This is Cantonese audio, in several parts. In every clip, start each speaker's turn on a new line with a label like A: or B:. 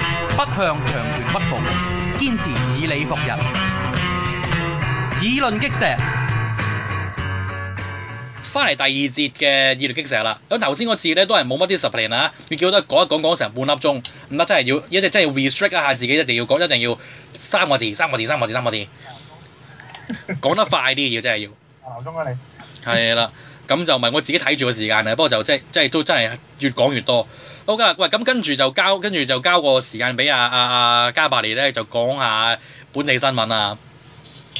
A: 向強權屈服，堅持以理服人，以論擊石。
B: 翻嚟第二節嘅熱力擊石啦。咁頭先嗰次咧都係冇乜啲 discipline 啊，要叫得講一講講成半粒鐘，唔得真係要，一定真係要 restrict 一下自己，一定要講，一定要三個字，三個字，三個字，三個字，講得快啲要真係
C: 劉忠啊你，
B: 要。係啦，咁就唔係我自己睇住個時間啊，不過就即係即係都真係越講越多。好㗎，喂，咁跟住就交跟住就交個時間俾阿阿阿加百列咧，就講下本地新聞啊。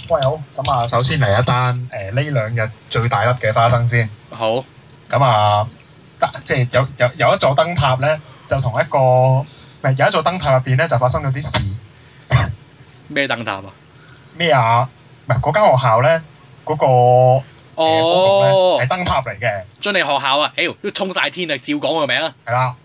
C: 喂好，咁啊首先嚟一單誒呢兩日最大粒嘅花生先。
B: 好，
C: 咁啊，得即係有有有一座燈塔咧，就同一個唔係有一座燈塔入邊咧，就發生咗啲事
B: 咩燈塔啊？
C: 咩啊？唔係嗰間學校咧，嗰、個呃
B: 哦
C: 嗰個咧係燈塔嚟嘅，
B: 遵理學校啊，屌都衝晒天啊，照講個名啊！
C: 係啦。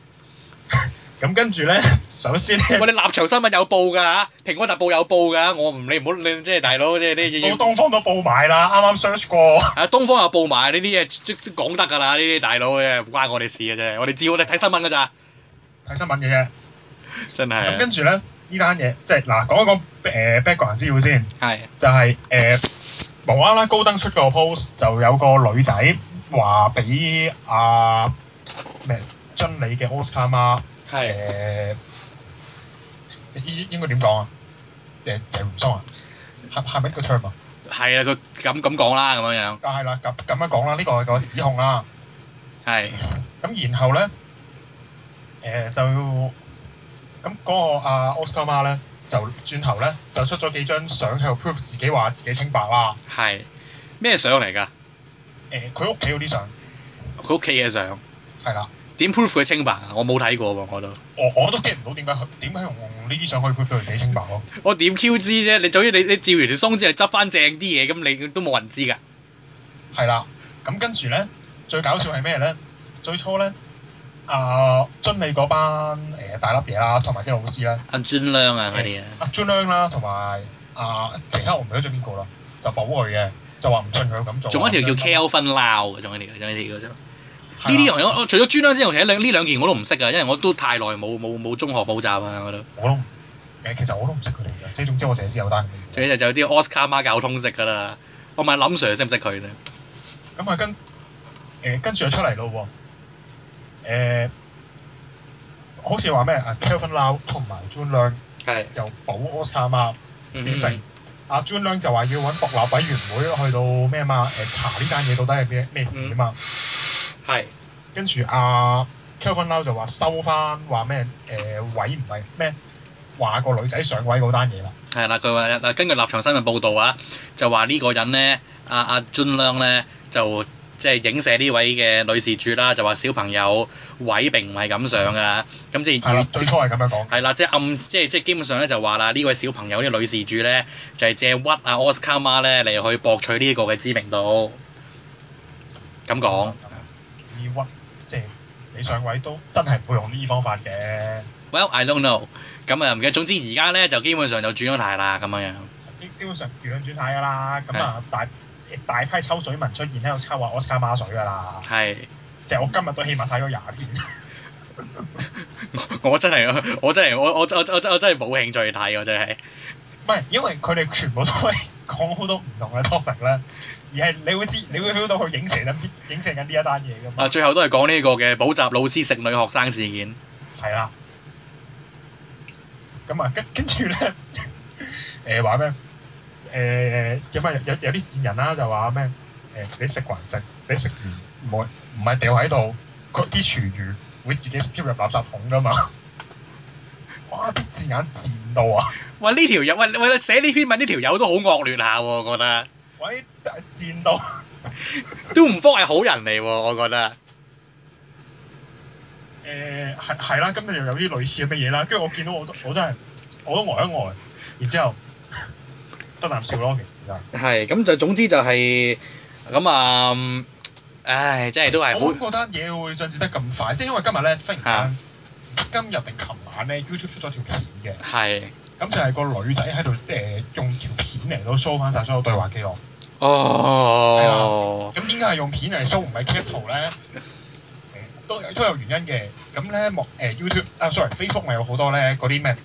C: 咁跟住咧，首先咧，
B: 我哋立場新聞有報㗎嚇，蘋果特報有報㗎，啊我唔你唔好你即係大佬即係呢
C: 我
B: 啲嘢。
C: 東方都報埋啦，啱啱 search 過。
B: 啊，東方又報埋呢啲嘢，即即講得㗎啦，呢啲大佬嘅唔關我哋事嘅啫，我哋只我哋睇新聞㗎咋，
C: 睇新聞嘅啫，
B: 真
C: 咁
B: 係啊
C: 跟住咧呢單嘢，即係嗱講一講誒 background 資料先，
B: 係
C: 就係、誒、無啦啦高登出個 post 就有個女仔話俾阿咩真理嘅 Oscar 媽
B: 係
C: 誒應應該點講啊？誒鄭元松啊，係係咪呢個 term 啊？
B: 係啊，佢咁咁講啦，咁樣樣
C: 就係啦，咁咁樣講啦，呢、個係個指控啦。
B: 係
C: 咁然後咧，誒、就咁嗰個阿 Oscar 媽咧，就轉頭咧就出咗幾張相喺度 prove 自己話自己清白啦。
B: 係咩相嚟㗎？
C: 誒、佢屋企嗰啲相
B: 佢屋企嘅相
C: 係啦，
B: 點 proof 佢清白啊？我冇睇過喎，我都
C: 我我都 get 唔到點解佢點解用呢啲相可以 prove 到佢自己清白咯。
B: 我點 Q 知啫？你總之你你照完條鬆之後，你執翻正啲嘢，咁你都冇人知㗎。
C: 係啦，咁跟住咧最搞笑係咩咧？最初咧。啊，遵理嗰班誒、大粒嘢啦，同埋啲老師啦，
B: 阿尊亮啊嗰啲啊，
C: 阿尊亮啦，同埋啊其他我唔記得咗邊個啦，就保佢嘅，就話唔信佢咁做。啊
B: 仲有一條叫
C: 咁樣
B: Kel Fun Lau 嘅，仲有一條，仲有一條嘅啫。
C: 係啦
B: 呢啲人我我除咗專登之外，其實兩呢兩件我都唔識㗎，因為我都太耐冇冇冇中學補習啊，我都。
C: 我都唔誒，其實我都唔識佢哋嘅，即係總之我淨係知有單咁嘅嘢。
B: 最緊就有啲 Oscar 媽教通識㗎啦。我問林 Sir 識唔識佢咧？
C: 咁啊跟誒、跟住就出嚟咯喎，誒、好似話咩啊 Kelvin Lau 同埋 Jun 亮
B: 係。
C: 又保 Oscar 嘛
B: 嗯
C: 變成阿 Jun 亮就話要揾獨立委員會去到咩嘛誒、查呢單嘢到底係咩咩事啊嘛，
B: 係
C: 跟住阿 Kelvin Lau 就話收翻話咩誒位唔係咩話個女仔上位嗰單嘢啦，
B: 係啦，佢話嗱，根據立場新聞報導啊，就話呢個人咧，阿阿尊亮咧就。即係影射呢位嘅女事主啦，就話小朋友位並唔係咁上㗎，咁即
C: 係啦，
B: 係
C: 最初係咁樣講，
B: 係啦，即係暗即係即係基本上咧就話啦，呢位小朋友呢個女事主咧就係、借屈啊 Oscar 媽咧嚟去博取呢個嘅知名度，咁講。
C: 以屈即係你上位都真係唔會用呢啲方法嘅。
B: Well I don't know，咁啊唔記得，總之而家咧就基本上就轉咗態啦咁樣樣。
C: 基基本上輿論轉態㗎啦，咁啊大大批抽水民出現喺度抽話我抽馬水㗎啦，
B: 係，
C: 即係我今日都起碼睇咗廿篇，
B: 我我真係我真係我我我我我真係冇興趣睇，我真係。
C: 唔係因為佢哋全部都係講好多唔同嘅 topic 咧，而係你會知你會 feel 到佢影射緊影射緊呢一單嘢㗎
B: 啊，
C: 嘛，
B: 最後都係講呢個嘅補習老師食女學生事件。
C: 係啦，咁啊跟跟住咧 誒話咩誒有乜有有啲賤人啦就話咩誒你食還食，你食完唔會唔係掉喺度，佢啲廚餘會自己丟入垃圾桶㗎嘛。 哇！啲字眼賤到啊！
B: 喂，呢條友喂喂寫呢篇文呢條友都好惡劣下喎，我覺得
C: 喂，賤到
B: 都唔方係好人嚟喎，我覺得。
C: 誒係係啦，咁你又有啲類似咁嘅嘢啦。跟住我見到我都我都係我都呆一呆，然之後得啖笑咯，其實。
B: 係，咁就總之就係咁啊，嗯唉，真係都係
C: 我
B: 好
C: 覺得嘢會進展得咁快，即係因為今日咧忽然
B: 啊
C: 間。今日定琴晚咧，YouTube 出咗條片嘅，
B: 係，
C: 咁就係個女仔喺度誒用條片嚟到 show 翻晒所有對話記錄。
B: 哦，
C: 咁點解係用片嚟 show 唔係 cap 圖咧？呃誒都有都有原因嘅。咁咧網誒 YouTube 啊，sorry Facebook 咪有好多咧嗰啲咩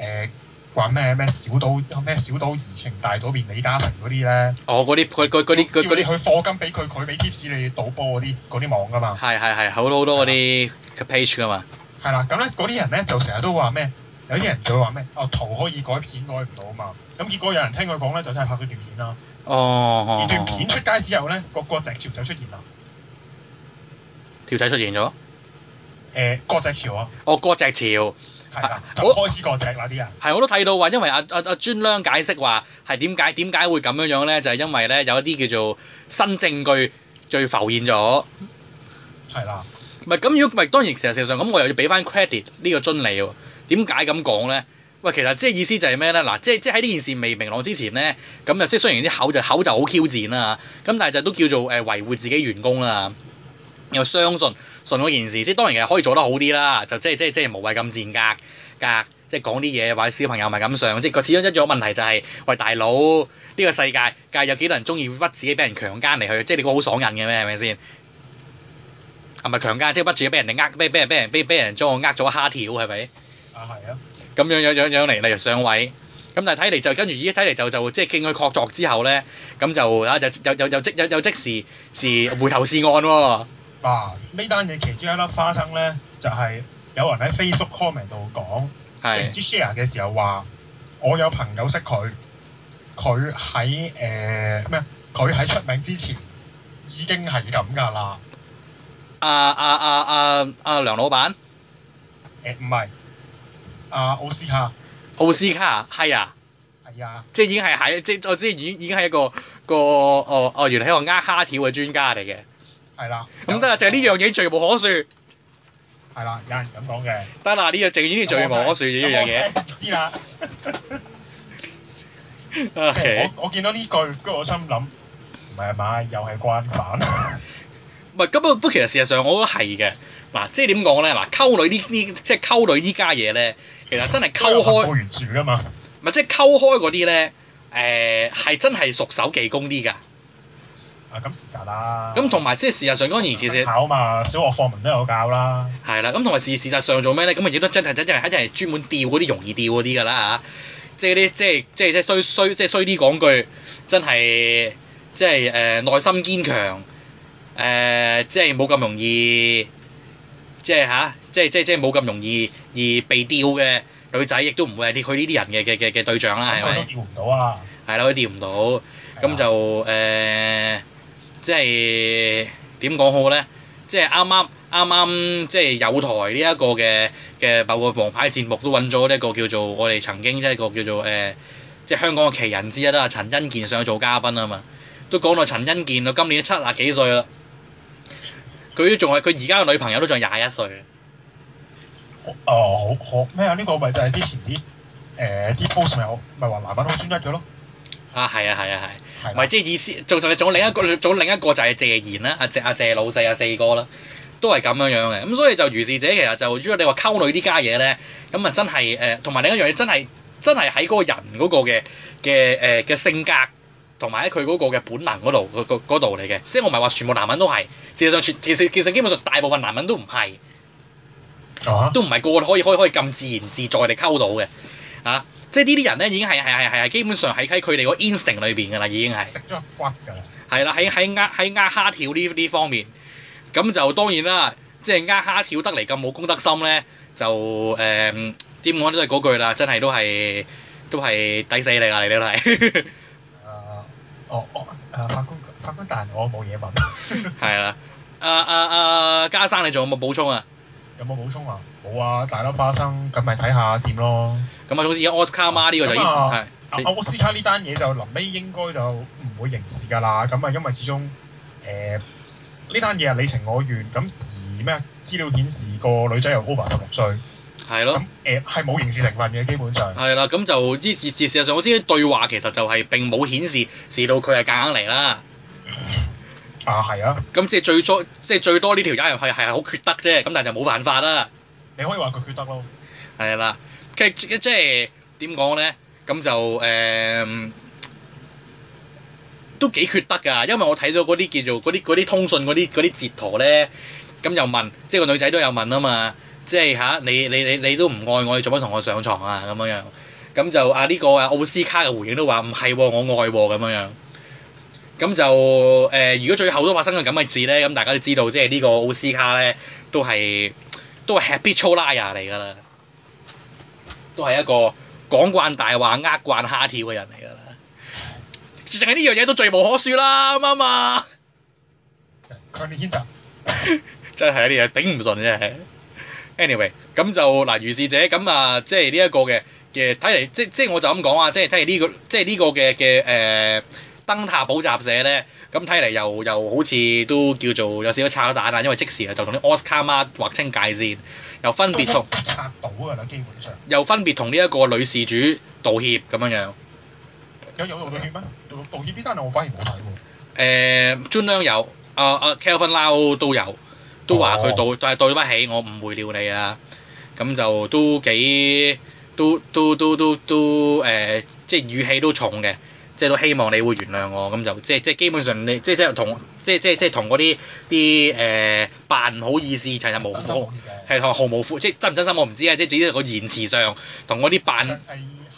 C: 誒話咩咩小島咩小島移情大島變李嘉誠嗰啲咧，
B: 哦，嗰啲佢佢嗰啲
C: 叫
B: 佢
C: 你
B: 嗰
C: 去
B: 啲
C: 課金俾佢，佢俾 tips 你賭波嗰啲嗰啲網噶嘛。
B: 係係係好多好多嗰啲 page 噶嘛，
C: 係啦，咁咧嗰啲人咧就成日都話咩？有啲人就會話咩？哦，圖可以改片，改唔到啊嘛。咁結果有人聽佢講咧，就真係拍咗段片啦。
B: 哦
C: 而，段片出街之後咧，個國際潮就出現啦。
B: 條仔出現咗，
C: 誒、國際潮啊，
B: 哦，郭隻潮。
C: 係啦，
B: 啊
C: 就
B: 好
C: 開始國際啦啲人。
B: 係，我都睇到話，因為阿阿阿專亮解釋話係點解點解會咁樣樣咧，就係、因為咧有一啲叫做新證據最浮現咗。
C: 係啦，
B: 唔係咁，如果唔係當然，其實事實上咁，我又要俾翻 credit 呢個遵理喎。點解咁講咧？喂，其實即係意思就係咩咧？嗱，即係即係喺呢件事未明朗之前咧，咁就即係雖然啲口就口就好挑戰啦，咁但係就都叫做誒、維護自己員工啦，又相信信嗰件事，即係當然其實可以做得好啲啦，就即係即係即係無謂咁賤格格，即係講啲嘢或者小朋友咪咁上，即係個始終一樣問題就係、喂大佬呢、個世界界有幾多人中意屈自己俾人強姦嚟去，即係你估好爽癮嘅咩係咪先？係咪強姦即係屈自己俾人哋呃，俾俾人俾人俾俾人將我呃咗蝦條係咪？
C: 啊係啊，
B: 咁樣樣樣樣嚟，例如上位。咁但係睇嚟就跟住依家睇嚟就就即係經佢確鑿之後咧，咁就啊就有有有即有有即時是回頭是岸喎、
C: 嗱呢單嘢其中一粒花生咧，就係、有人喺 Facebook comment 度講，唔
B: 係
C: 知 share 嘅時候話，我有朋友識佢，佢喺誒咩？啊佢喺出名之前已經係咁㗎啦。
B: 啊啊啊啊啊梁老闆，
C: 誒唔係，阿奧斯卡
B: 奧斯卡係啊，
C: 係啊，
B: 即係已經係喺即係我知已經已經係一個個哦哦原來係一個呃蝦條嘅專家嚟嘅。
C: 係啦。
B: 咁得啦，啊就係呢樣嘢罪無可恕。
C: 樣。係啦，有人咁講嘅。
B: 得啦，呢樣就已經罪無可恕呢
C: 咁
B: 樣
C: 我真係唔知啦。即
B: 嘢。OK
C: 係我我見到呢句，跟住我心諗，唔係嘛，又係慣犯。
B: 唔係咁啊不不，其實事實上我覺得係嘅。嗱，即係點講咧？嗱，溝女呢呢即係溝女呢家嘢咧，其實真係 溝開，
C: 高原住㗎嘛。
B: 唔係即係溝開嗰啲咧，誒、係真係熟手技工啲㗎。
C: 啊，咁事實啦。
B: 咁同埋即係事實上當然其實
C: 考嘛，小學課文都有教啦。
B: 係啦，咁同埋事事實上做咩咧？咁啊，亦都真係真係真係專門釣嗰啲容易釣嗰啲㗎啦嚇。即係啲即係即係即係衰衰即係衰啲講句，真係即係誒、內心堅強，誒、即係冇咁容易，即係吓、即係即係即係冇咁容易而被釣嘅女仔，亦都唔會係啲佢呢啲人嘅嘅嘅嘅對象啦，
C: 咁佢
B: 係
C: 都
B: 咪？
C: 釣唔到啊。
B: 係啦，佢釣唔到。咁就誒、呃即係點講好咧？即係啱啱啱啱即係有台呢一個嘅嘅某個王牌節目都揾咗呢一個叫做我哋曾經即係一個叫做誒、呃即係香港嘅奇人之一啦，陳欣健上去做嘉賓啊嘛，都講到陳欣健到今年七啊幾歲啦，佢都仲係佢而家嘅女朋友都仲係廿一歲嘅，
C: 哦，好好咩啊？呢個咪就係之前啲誒啲 post 咪有咪話男人好專一嘅咯。
B: 啊係啊係啊係。
C: 係
B: 唔
C: 啦
B: 係即係意思，仲仲仲有另一個，仲有另一個就係謝賢啦，阿謝阿謝老四阿四哥啦，都係咁樣樣嘅。咁所以就如是者其實就如果你話溝女呢家嘢咧，咁啊真係誒，呃同、埋另一樣嘢真係真係喺嗰個人嗰個嘅嘅誒嘅性格。同埋喺佢嗰個嘅本能嗰度嗰嗰嗰度嚟嘅，即係我唔係話全部男人都係，事實上全其實其實基本上大部分男人都唔係，
C: 啊
B: 都唔係個個可以可以可以咁自然自在地溝到嘅，啊！即係呢啲人咧已經係係係係係基本上喺喺佢哋個 instinct 裏邊㗎啦，已經係。
C: 食咗骨㗎啦。
B: 係啦，喺喺呃喺呃蝦跳呢呢方面，咁就當然啦，即係呃蝦跳得嚟咁冇公德心咧，就誒點講都係嗰句啦，真係都係都係抵死你啦，你都係
C: 啊哦哦，誒法官法官大人，我冇嘢問，
B: 係啦。啊啊啊！嘉生，你仲有冇補充啊？
C: 有冇補充啊？冇啊，大粒花生，咁咪睇下點咯。
B: 咁啊，總之 Oscar 媽呢個就已經
C: 咁啊
B: 係
C: 啊
B: 你
C: 奧斯卡呢單嘢就臨尾應該就唔會刑事㗎啦。咁啊，因為始終誒呢單嘢係你情我願，咁而咩資料顯示個女仔又 over 十六歲，
B: 係咯
C: 咁。誒係冇刑事成分嘅基本上。
B: 係啦，咁就之事事實上，我知啲對話其實就係並冇顯示示到佢係夾硬嚟啦。
C: 啊，係啊，
B: 咁即係最多，即係最多呢條友係係係好缺德啫，咁但係就冇辦法啦。
C: 你可以話佢缺德咯。
B: 係啦，即即即係點講咧？咁就誒、嗯都幾缺德㗎，因為我睇到嗰啲叫做嗰啲嗰啲通訊嗰啲嗰啲截圖咧，咁又問，即係個女仔都有問啊嘛，即係吓、你你你你都唔愛我，你做乜同我上床啊咁樣樣？咁就啊呢、個啊奧斯卡嘅回應都話唔係喎，我愛喎咁樣樣。咁就誒、呃如果最後都發生咗咁嘅事咧，咁大家都知道，即係呢個奧斯卡咧都係都係 happy 粗拉牙嚟㗎啦，都係一個講慣大話、呃慣蝦條嘅人嚟㗎啦。淨係呢樣嘢都罪無可恕啦，啱唔啱啊？
C: 強烈譴責。
B: 真係呢樣頂唔順真係。anyway，咁就嗱，如是者咁啊，即係呢一個嘅嘅睇嚟，即即我就咁講啊，即係睇嚟呢個即係呢個嘅嘅誒燈塔補習社咧，咁睇嚟又又好似都叫做有少少炒蛋啊，因為即時啊就同啲 Oscar 媽劃清界線，又分別同
C: 拆到㗎啦，基本上
B: 又分別同呢一個女事主道歉咁樣樣。
C: 有有道歉咩？道道歉呢單我反而冇睇喎。
B: 誒 j u n 呃有，啊啊 Kelvin Lau 都有，都話佢對但係對不起，我誤會了你啊，咁就都幾都都都都都誒、呃即係語氣都重嘅，即係都希望你會原諒我，咁就即係即係基本上你即係即係同即係即係即係同嗰啲啲誒扮唔好意思，其實無
C: 真心道
B: 無
C: 歉嘅。
B: 係毫無負，即係真唔真心我唔知啊，即係只係個言辭上同嗰啲扮。
C: 係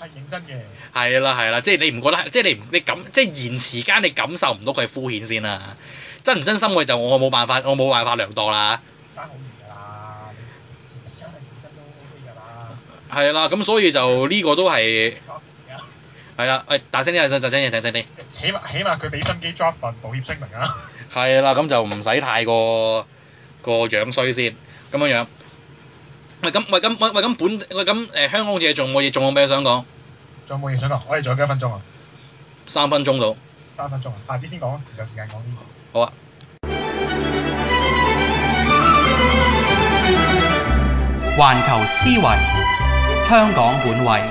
C: 係認真嘅。
B: 係啦係啦，即係你唔覺得係，即係你唔你感，即係言辭間你感受唔到佢係敷衍先啦。真唔真心嘅就我冇辦法，我冇辦法量度啦。
C: 單好易㗎啦，你時間係認真都 OK 㗎啦。
B: 係啦，咁所以就呢個都係
C: 搞掂㗎
B: 係啦，誒大聲啲，大聲啲大聲啲，大聲啲。
C: 起碼起碼佢俾心機 drop 份道歉聲明啊！
B: 係啦，咁就唔使太過個樣衰先，咁樣樣。喂咁喂咁喂喂咁本喂咁誒、香港嘢仲有冇嘢仲有冇嘢想講？
C: 仲有冇嘢想講？我哋仲有幾多分鐘啊？
B: 三分鐘到，
C: 三分鐘啊！下次先講啊，有時間講呢個。
B: 好啊。
A: 環球思維，香港本位，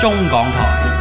A: 中港台。